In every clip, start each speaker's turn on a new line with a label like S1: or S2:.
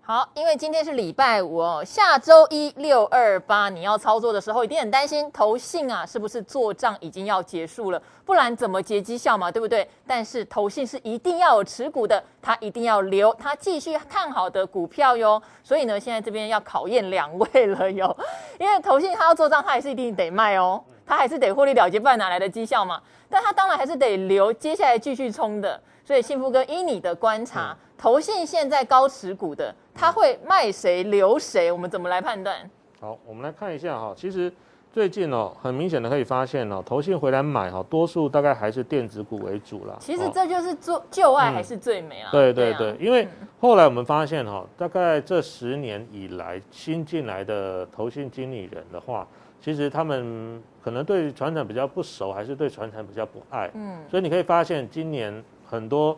S1: 好，因为今天是礼拜五哦，下周一六二八你要操作的时候，一定很担心投信啊是不是做账已经要结束了，不然怎么结绩效嘛，对不对？但是投信是一定要有持股的，它一定要留它继续看好的股票哟。所以呢，现在这边要考验两位了哟，因为投信它要做账，它也是一定得卖哦，
S2: 嗯
S1: 它还是得获利了结，不然哪来的绩效嘛？但它当然还是得留，接下来继续冲的。所以幸福哥，依你的观
S2: 嗯
S1: 察，投信现在高持股的，他会卖谁留谁？我们怎么来判断？
S2: 好，我们来看一下哈，其实最近哦，很明显的可以发现哦，投信回来买哈，多数大概还是电子股为主啦。
S1: 其实
S2: 哦
S1: 这就是做旧爱还是最美啦。
S2: 对对
S1: 啊
S2: 对，，因为后来我们发现哈、哦大概这十年以来新进来的投信经理人的话，其实他们可能对传产比较不熟，还是对传产比较不爱，
S1: 嗯，
S2: 所以你可以发现今年很多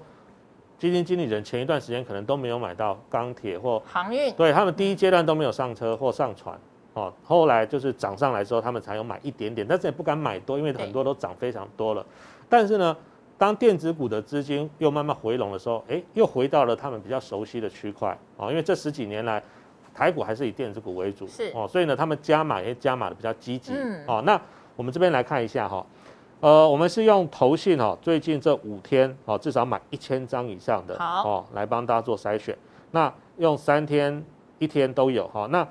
S2: 基金经理人前一段时间可能都没有买到钢铁或
S1: 航运
S2: 对他们第一阶段都没有上车或上船。哦，后来就是涨上来之后，他们才有买一点点，但是也不敢买多，因为很多都涨非常多了。但是呢，当电子股的资金又慢慢回笼的时候，诶，又回到了他们比较熟悉的区块啊、哦，因为这十几年来，台股还是以电子股为主，
S1: 是
S2: 哦，所以呢，他们加码也加码的比较积极。
S1: 嗯
S2: 哦，那我们这边来看一下哈、呃，我们是用投信哦，最近这五天哦，至少买一千张以上的
S1: 好
S2: 哦，来帮大家做筛选。那用三天、一天都有哈、那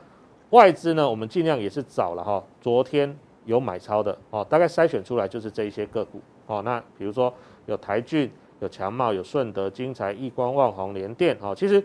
S2: 外资呢，我们尽量也是找了哈、昨天有买超的哦，大概筛选出来就是这一些个股哦。那比如说有台骏、有强茂、有顺德、金财、易光、旺宏、联电哦。其实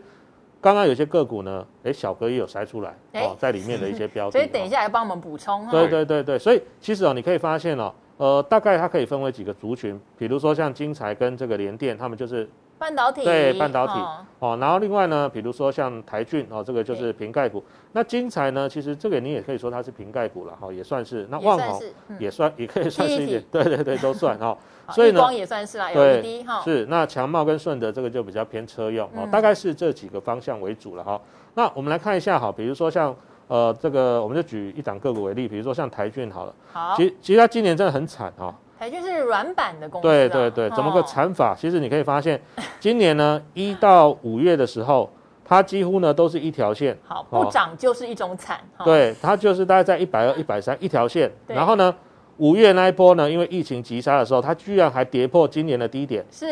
S2: 刚刚有些个股呢，诶，小哥也有筛出来
S1: 哎
S2: 哦，在里面的一些标的。
S1: 所以等一
S2: 哦
S1: 下来帮我们补充啊哈。
S2: 对对对对，所以其实哦，你可以发现哦，呃，大概它可以分为几个族群，比如说像金财跟这个联电，他们就是
S1: 半导体
S2: 对半导体
S1: 哦
S2: 哦，然后另外呢，比如说像台骏哦，这个就是瓶盖股。那金财呢，其实这个你也可以说它是瓶盖股了哈、哦，也算是。那
S1: 也
S2: 旺
S1: 算
S2: 宏
S1: 是，嗯
S2: 也算，也可以算是一
S1: 记忆
S2: 点
S1: 体，
S2: 对对对，都 算哈、
S1: 好
S2: 所以
S1: 日
S2: 呢
S1: 哦光也算是啦
S2: 对
S1: ，LED 哈，
S2: 是，那强茂跟顺德这个就比较偏车用哦
S1: 嗯，
S2: 大概是这几个方向为主了哈、那我们来看一下哈，比如说像呃这个，我们就举一档个股为例，比如说像台骏好了，
S1: 好，
S2: 其其实它今年真的很惨哈、哦。
S1: 台军是软板的公司啊，
S2: 对对对，怎么个
S1: 哦？
S2: 惨法？其实你可以发现，今年呢，一到五月的时候，它几乎呢都是一条线，
S1: 好，
S2: 哦
S1: 不涨就是一种惨哈。
S2: 对，它就是大概在一百二、一百三一条线。
S1: 哦对
S2: 然后呢，五月那一波呢，因为疫情急杀的时候，它居然还跌破今年的低点。
S1: 是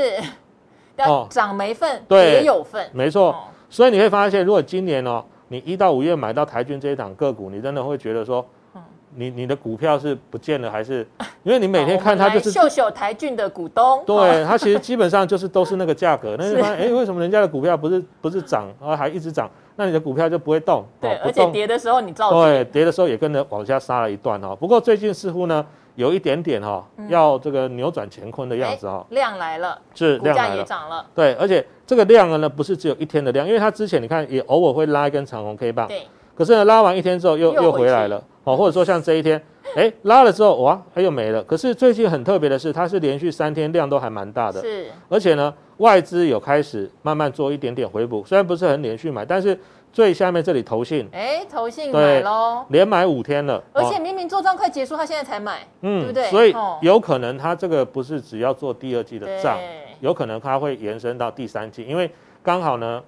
S1: 要
S2: 哦
S1: 涨没份，
S2: 对嗯
S1: 也有份，
S2: 没错，
S1: 哦
S2: 所以你会发现，如果今年哦，你一到五月买到台军这一档个股，你真的会觉得说
S1: 嗯，
S2: 你你的股票是不见了，还是因为你每天
S1: 好
S2: 看它
S1: 哦我们来
S2: 就是
S1: 秀秀台俊的股东，哦
S2: 对，它其实基本上就是都是那个价格。那你发现，哎，为什么人家的股票不是不是涨，而还一直涨？那你的哦股票就不会动，
S1: 对，
S2: 不
S1: 而且
S2: 动，
S1: 哎跌的时候你照哎跌，
S2: 对，跌的时候也跟着往下杀了一段哦。不过最近似乎呢，有一点点哈、哦，
S1: 嗯
S2: 要这个扭转乾坤的样子哈、哦，
S1: 量来了，
S2: 是
S1: 哎股
S2: 量
S1: 价
S2: 来
S1: 也
S2: 了。
S1: 涨了，
S2: 对，而且这个量呢，不是只有一天的量，因为它之前你看也偶尔会拉一根长红 K 棒，
S1: 对，
S2: 可是呢，拉完一天之后又
S1: 又
S2: 又
S1: 回
S2: 回来
S1: 去
S2: 了哦，或者说像这一天，哎，拉了之后哇，哎又没了。可是最近很特别的是，它是连续三天量都还蛮大的，
S1: 是
S2: 而且呢，外资有开始慢慢做一点点回补，虽然不是很连续买，但是最下面这里投信
S1: 哎，投信买
S2: 对哦
S1: 喽，
S2: 连买五天了，哦
S1: 而且明明做账快结束，他现在才买，
S2: 嗯
S1: 对不对
S2: 所以
S1: 哦
S2: 有可能它这个不是只要做第二季的账，
S1: 对，
S2: 有可能它会延伸到第三季，因为刚好呢，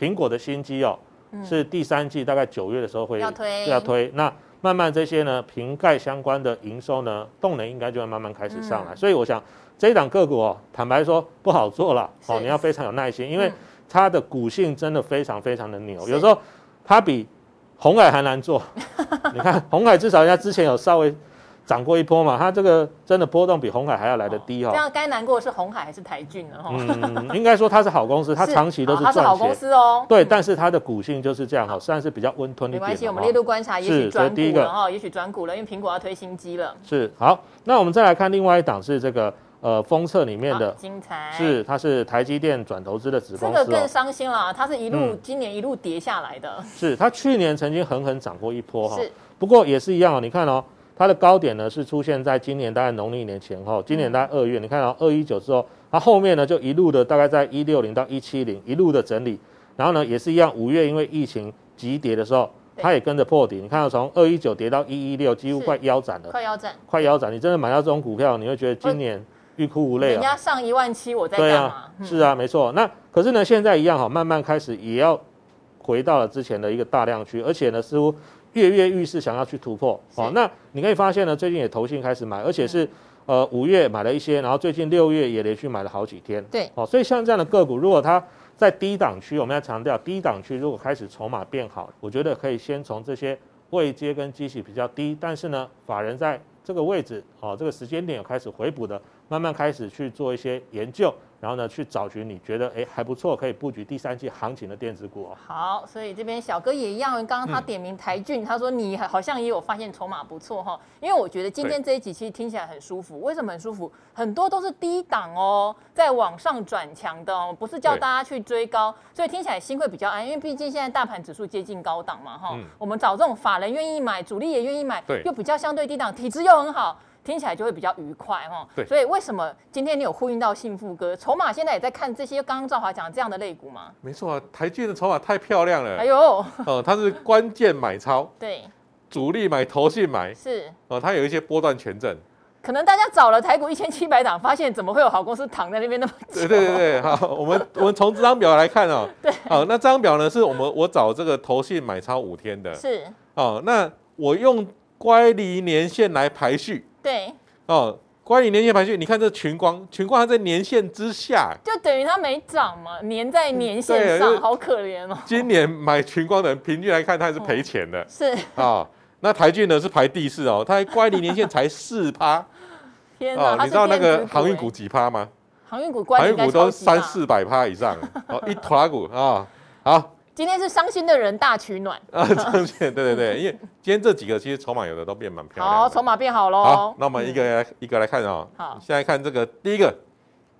S2: 苹果的新机哦、
S1: 嗯
S2: 是第三季大概九月的时候会
S1: 要推
S2: 要啊推那。慢慢这些呢，瓶盖相关的营收呢，动能应该就会慢慢开始上来。
S1: 嗯
S2: 所以我想，这一档个股哦，坦白说不好做了哦，
S1: 是
S2: 你要非常有耐心，因为
S1: 嗯
S2: 它的股性真的非常非常的牛，
S1: 是
S2: 有时候它比红海还 难做。你看红海至少人家之前有稍微涨过一波嘛，它这个真的波动比红海还要来得低
S1: 哦
S2: 哦
S1: 这。样该难过的是红海还是台俊呢？哈，
S2: 嗯，应该说它是好公司，它
S1: 是
S2: 长期都是
S1: 好它是
S2: 赚
S1: 好公
S2: 钱。
S1: 司哦，
S2: 对，但是它的股性就是这样哈，算是比较温吞
S1: 没
S2: 一点。哦
S1: 关系，我们
S2: 好不好
S1: 列入观察，也
S2: 是
S1: 许
S2: 这
S1: 转
S2: 第一
S1: 股
S2: 个
S1: 了哈，也许转股了，因为苹果要推新机了，
S2: 是好。那我们再来看另外一档是这个呃封测里面
S1: 好
S2: 的，
S1: 啊精彩，
S2: 是它是台积电转投资的子
S1: 这
S2: 公
S1: 个
S2: 司
S1: 更
S2: 哦，
S1: 伤心了，它是一路
S2: 嗯
S1: 今年一路跌下来的，
S2: 是它去年曾经狠狠涨过一波哈，
S1: 是
S2: 不过也是一样哦，你看哦，它的高点呢是出现在今年大概农历年前后，今年大概二月，你看哦，二一九之后，它后面呢就一路的大概在一六零到一七零一路的整理，然后呢也是一样，五月因为疫情急跌的时候，
S1: 对
S2: 它也跟着破底，你看哦从二一九跌到一一六，几乎
S1: 是
S2: 快腰斩了，
S1: 快腰斩。
S2: 快腰斩，你真的买到这种股票，你会觉得今年欲哭无泪
S1: 人
S2: 啊。
S1: 家上一万七，我在
S2: 对
S1: 干
S2: 啊
S1: 嘛，？嗯
S2: 是啊，没错。那可是呢，现在一样哈，慢慢开始也要回到了之前的一个大量区，而且呢，似乎跃跃欲试，想要去突破。哦
S1: 是，
S2: 那你可以发现呢，最近也投信开始买，而且是呃五月买了一些，然后最近六月也连续买了好几天。
S1: 对
S2: 哦，所以像这样的个股，如果它在低档区，我们要强调低档区如果开始筹码变好，我觉得可以先从这些位阶跟基期比较低，但是呢，法人在这个位置哦，这个时间点有开始回补的，慢慢开始去做一些研究，然后呢，去找寻你觉得诶还不错，可以布局第三季行情的电子股哦。
S1: 好，所以这边小哥也一样，刚刚他点名台俊，他说你好像也有发现筹码不错哈，因为我觉得今天这一集其实听起来很舒服，为什么很舒服？很多都是低档哦，在往上转强的哦，不是叫
S2: 对
S1: 大家去追高，所以听起来心会比较安，因为毕竟现在大盘指数接近高档嘛哈
S2: 嗯，
S1: 我们找这种法人愿意买，主力也愿意买
S3: 对，
S1: 又比较相对低档，体质又很好。听起来就会比较愉快哈，
S3: 对
S1: 所以为什么今天你有呼应到幸福哥？筹码现在也在看这些刚刚赵华讲的这样的类股吗？
S3: 没错啊，台积电的筹码太漂亮了，
S1: 哎呦，
S3: 哦，它是关键买超，
S1: 对，
S3: 主力买、投信买，
S1: 是，
S3: 哦，它有一些波段权证，
S1: 可能大家找了台股一千七百档，发现怎么会有好公司躺在那边那么久？
S3: 对对对对，好， 我们我们从这张表来看 哦，对，好，那这张表呢是我们我找这个投信买超五天的，
S1: 啊是，
S3: 哦，那我用乖离年线来排序，
S1: 对，
S3: 哦，乖离年线排序，你看这群光，群光还在年线之下，
S1: 就等于它没涨嘛，粘在年
S3: 嗯对
S1: 线
S3: 就
S1: 上，
S3: 是
S1: 好可怜哦。
S3: 今年买群光的人平均来看，它是赔钱的
S1: 是，
S3: 啊、哦。那台骏呢是排第四哦，它乖离年线才四趴
S1: 天哪，它
S3: 哦你
S1: 是
S3: 知道那
S1: 电
S3: 个
S1: 子
S3: 航运股
S1: 欸，
S3: 几趴吗？
S1: 航运股关
S3: 航
S1: 系应
S3: 运
S1: 该
S3: 股
S1: 超
S3: 都
S1: 级大
S3: 三。四百趴以上， 哦，一坨股啊、好
S1: 今天是伤心的人大取暖，
S3: 啊，正确，对对对，因为今天这几个其实筹码有的都变蛮漂亮
S1: 好，
S3: 的。
S1: 筹码变好喽
S3: 好，。那我们一个来、一个来看哦。
S1: 好
S3: 现在看这个第一个，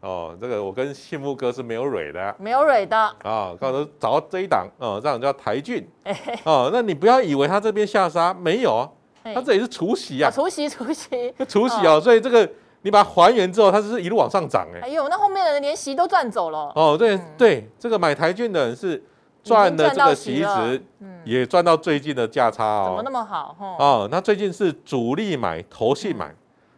S3: 哦，这个我跟信富哥是没有蕊的啊
S1: 没有蕊的，
S3: 啊，刚才找到这一档哦，这档叫台骏
S1: 哎
S3: 哦，那你不要以为它这边下杀没有啊，
S1: 嘿
S3: 它这里是除息
S1: 啊
S3: 啊，
S1: 除夕除夕，
S3: 那除息哦，所以这个你把它还原之后，它是一路往上涨哎。
S1: 哎呦，那后面的人连席都赚走了。
S3: 哦，对
S1: 嗯
S3: 对，这个买台骏的人是赚了这个
S1: 已
S3: 息
S1: 经赚到息
S3: 值
S1: 了，嗯，
S3: 也赚到最近的价差
S1: 怎么
S3: 哦
S1: 那。么嗯好？哦，
S3: 哦，那最近是主力买，投信买。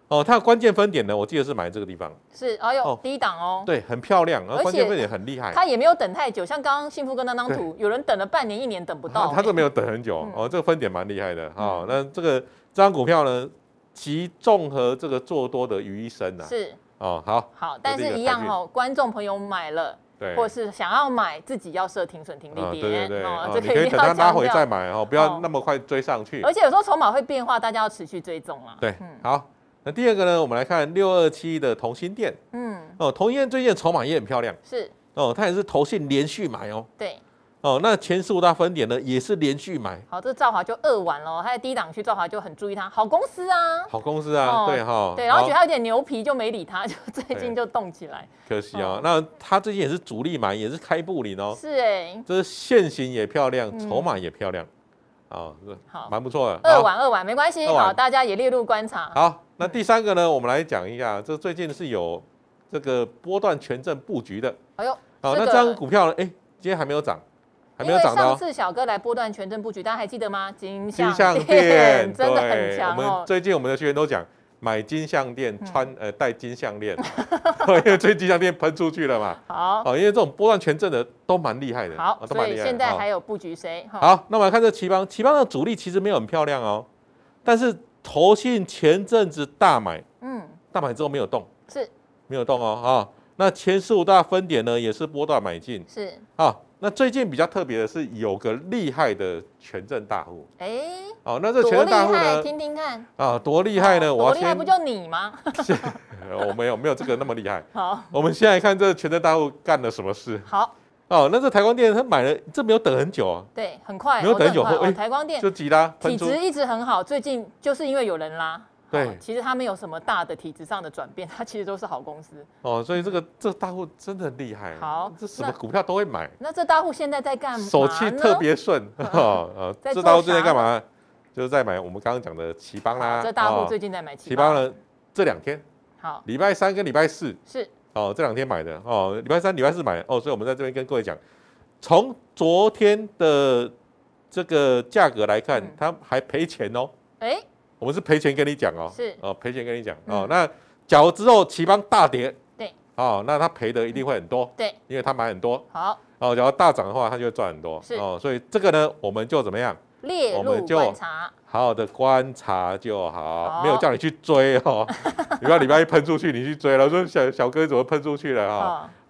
S3: 哦，它的关键分点呢，我记得是买这个地方，
S1: 是，哎呦
S3: 哦，
S1: 低档哦。
S3: 对，很漂亮，然
S1: 而且
S3: 后关键分点很厉害。
S1: 他也没有等太久，像刚刚幸福哥那张图，有人等了半年、一年等不到、
S3: 他他这啊没有等很久
S1: 嗯
S3: 哦，这个分点蛮厉害的哦。那这个这张股票呢，集综合这个做多的于一身呐。
S1: 是
S3: 哦，好，
S1: 好，但是一样哦，观众朋友买了，
S3: 对，
S1: 或是想要买，自己要设停损停利
S3: 啊，
S1: 点，
S3: 对对对，哦
S1: 这
S3: 你
S1: 个
S3: 可
S1: 一
S3: 以
S1: 定
S3: 等
S1: 要
S3: 它拉
S1: 强
S3: 回
S1: 调
S3: 再买哦，
S1: 哦
S3: 不要那么快追上去。
S1: 而且有时候筹码会变化，大家要持续追踪啦。
S3: 对
S1: 嗯，
S3: 好。那第二个呢，我们来看六二七的同心店
S1: 嗯，
S3: 哦，同心店最近的筹码也很漂亮
S1: 是，
S3: 哦，它也是投信连续买哦
S1: 对，
S3: 哦，那前十五大分点呢也是连续买，
S1: 好，这赵华就二完了，他在低档区，赵华就很注意他，好公司啊。
S3: 好公司啊，
S1: 哦
S3: 对哈，
S1: 对，然后
S3: 好
S1: 觉得他有点牛皮，就没理他，就最近就
S3: 对
S1: 动起来。
S3: 可惜
S1: 哦
S3: 啊，那它最近也是主力买，也是开布林哦，
S1: 是哎，
S3: 这现形也漂亮，
S1: 嗯
S3: 筹码也漂亮，啊，这
S1: 好
S3: 蛮不错的。
S1: 二完二完没关系，
S3: 二完
S1: 好，大家也列入观察。
S3: 好，好，那第三个呢，我们来讲一下，这最近是有这个波段权证布局的。
S1: 哎呦，
S3: 好，
S1: 这
S3: 那
S1: 个
S3: 这张股票呢，哎，今天还没有涨，还没有涨哦
S1: 因为上
S3: 到
S1: 次小哥来波段权证布局，大家还记得吗？金
S3: 金
S1: 像
S3: 像店，
S1: 真的很
S3: 对
S1: 强
S3: 我们
S1: 哦。嗯
S3: 最近我们的学员都讲。买金项链，穿呃戴金项链， 因为最近金项链喷出去了嘛。
S1: 好
S3: 哦，因为这种波段权证的都蛮厉害的，
S1: 好
S3: 啊，都
S1: 所
S3: 蛮
S1: 以
S3: 厉害的
S1: 现在
S3: 哦
S1: 还有布局谁？哈，
S3: 好，那我们来看这奇邦，奇邦的主力其实没有很漂亮哦，但是投信前阵子大买，
S1: 嗯，
S3: 大买之后没有动，
S1: 是
S3: 没有动哦啊、那前十五大分点呢也是波段买进
S1: 是，
S3: 啊、那最近比较特别的是有个厉害的权证大户
S1: 哎，
S3: 哦，那这
S1: 多
S3: 权证
S1: 厉
S3: 大户
S1: 害，
S3: 呢
S1: 听听看。
S3: 啊多厉害呢？
S1: 好
S3: 我
S1: 多
S3: 要
S1: 厉害
S3: 先
S1: 不 就你吗？
S3: 呃我没有没有这个那么厉害，
S1: 好
S3: 我们先来看这权证大户干了什么事
S1: 好，
S3: 哦。那这台光电他买了，这没有等很久啊，
S1: 对，很快，
S3: 没有
S1: 哦这
S3: 等久
S1: 很快
S3: 哎
S1: 哦台光电
S3: 就急啦，
S1: 体
S3: 喷出
S1: 质一直很好，最近就是因为有人拉。
S3: 对
S1: 好其实它没有什么大的体质上的转变， 它其实都是好公司。
S3: 哦，所以这个这大户真的很厉害，啊
S1: 好
S3: 这什么
S1: 那
S3: 股票都会买，
S1: 那这大户现在在干嘛呢？
S3: 手气特别 顺，哦
S1: 在
S3: 呃，
S1: 做
S3: 这大户最近在干嘛？就是在买我们刚刚讲的奇邦
S1: 好，
S3: 啦，
S1: 这大户
S3: 哦
S1: 最近在买
S3: 奇
S1: 奇
S3: 邦
S1: 邦，
S3: 呢这两天，
S1: 好
S3: 礼拜三跟礼拜四
S1: 是
S3: 哦这两天买的哦，礼拜三礼拜四买的哦，所以我们在这边跟各位讲，从昨天的这个价格来看
S1: 嗯，
S3: 它还赔钱哦，
S1: 哎
S3: 我们是赔钱跟你讲哦，
S1: 是
S3: 哦赔钱跟你讲
S1: 嗯
S3: 哦，那假如之后奇邦大跌，
S1: 对
S3: 哦，那他赔的一定会很多，
S1: 对
S3: 因为他买很多。
S1: 好
S3: 哦，然后大涨的话，它就会赚很多
S1: 是
S3: 哦。所以这个呢，我们就怎么样，
S1: 列
S3: 我
S1: 入
S3: 们就
S1: 观察，
S3: 好好的观察就好，
S1: 好
S3: 没有叫你去追哦。 礼拜礼拜一喷出去，你去追了，说小小哥怎么喷出去了啊、
S1: 哦，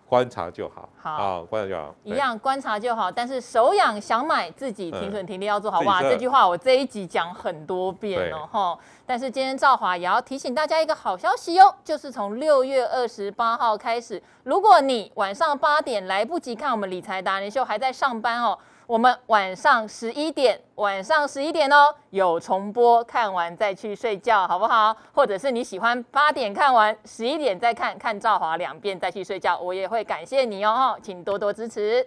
S3: 观察就好，
S1: 好
S3: 啊观察就好，
S1: 一
S3: 对
S1: 样观察就好。但是手痒想买，自己停损停利要做好。
S3: 嗯
S1: 哇，
S3: 自己
S1: 这
S3: 设
S1: 句话我这一集讲很多遍哦，吼。但是今天赵华也要提醒大家一个好消息哦，就是从六月二十八号开始，如果你晚上八点来不及看我们理财达人秀，还在上班哦。我们晚上十一点，晚上十一点哦，有重播，看完再去睡觉，好不好？或者是你喜欢八点看完，十一点再看，看赵华两遍再去睡觉，我也会感谢你哦，请多多支持。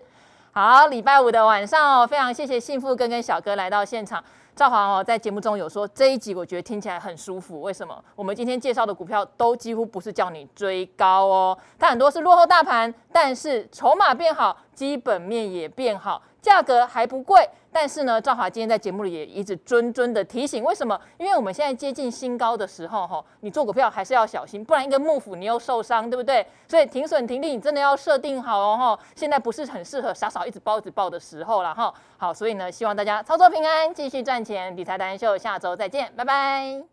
S1: 好，礼拜五的晚上哦，非常谢谢幸福哥跟小哥来到现场。赵华哦，在节目中有说这一集我觉得听起来很舒服，为什么？我们今天介绍的股票都几乎不是叫你追高哦，它很多是落后大盘，但是筹码变好，基本面也变好，价格还不贵。但是呢，赵华今天在节目里也一直谆谆的提醒，为什么？因为我们现在接近新高的时候，哈，你做股票还是要小心，不然一个幕府你又受伤，对不对？所以停损停利你真的要设定好哦，哈，现在不是很适合傻傻一直包一直抱的时候了，哈。好，所以呢，希望大家操作平安，继续赚钱。理财达人秀下周再见，拜拜。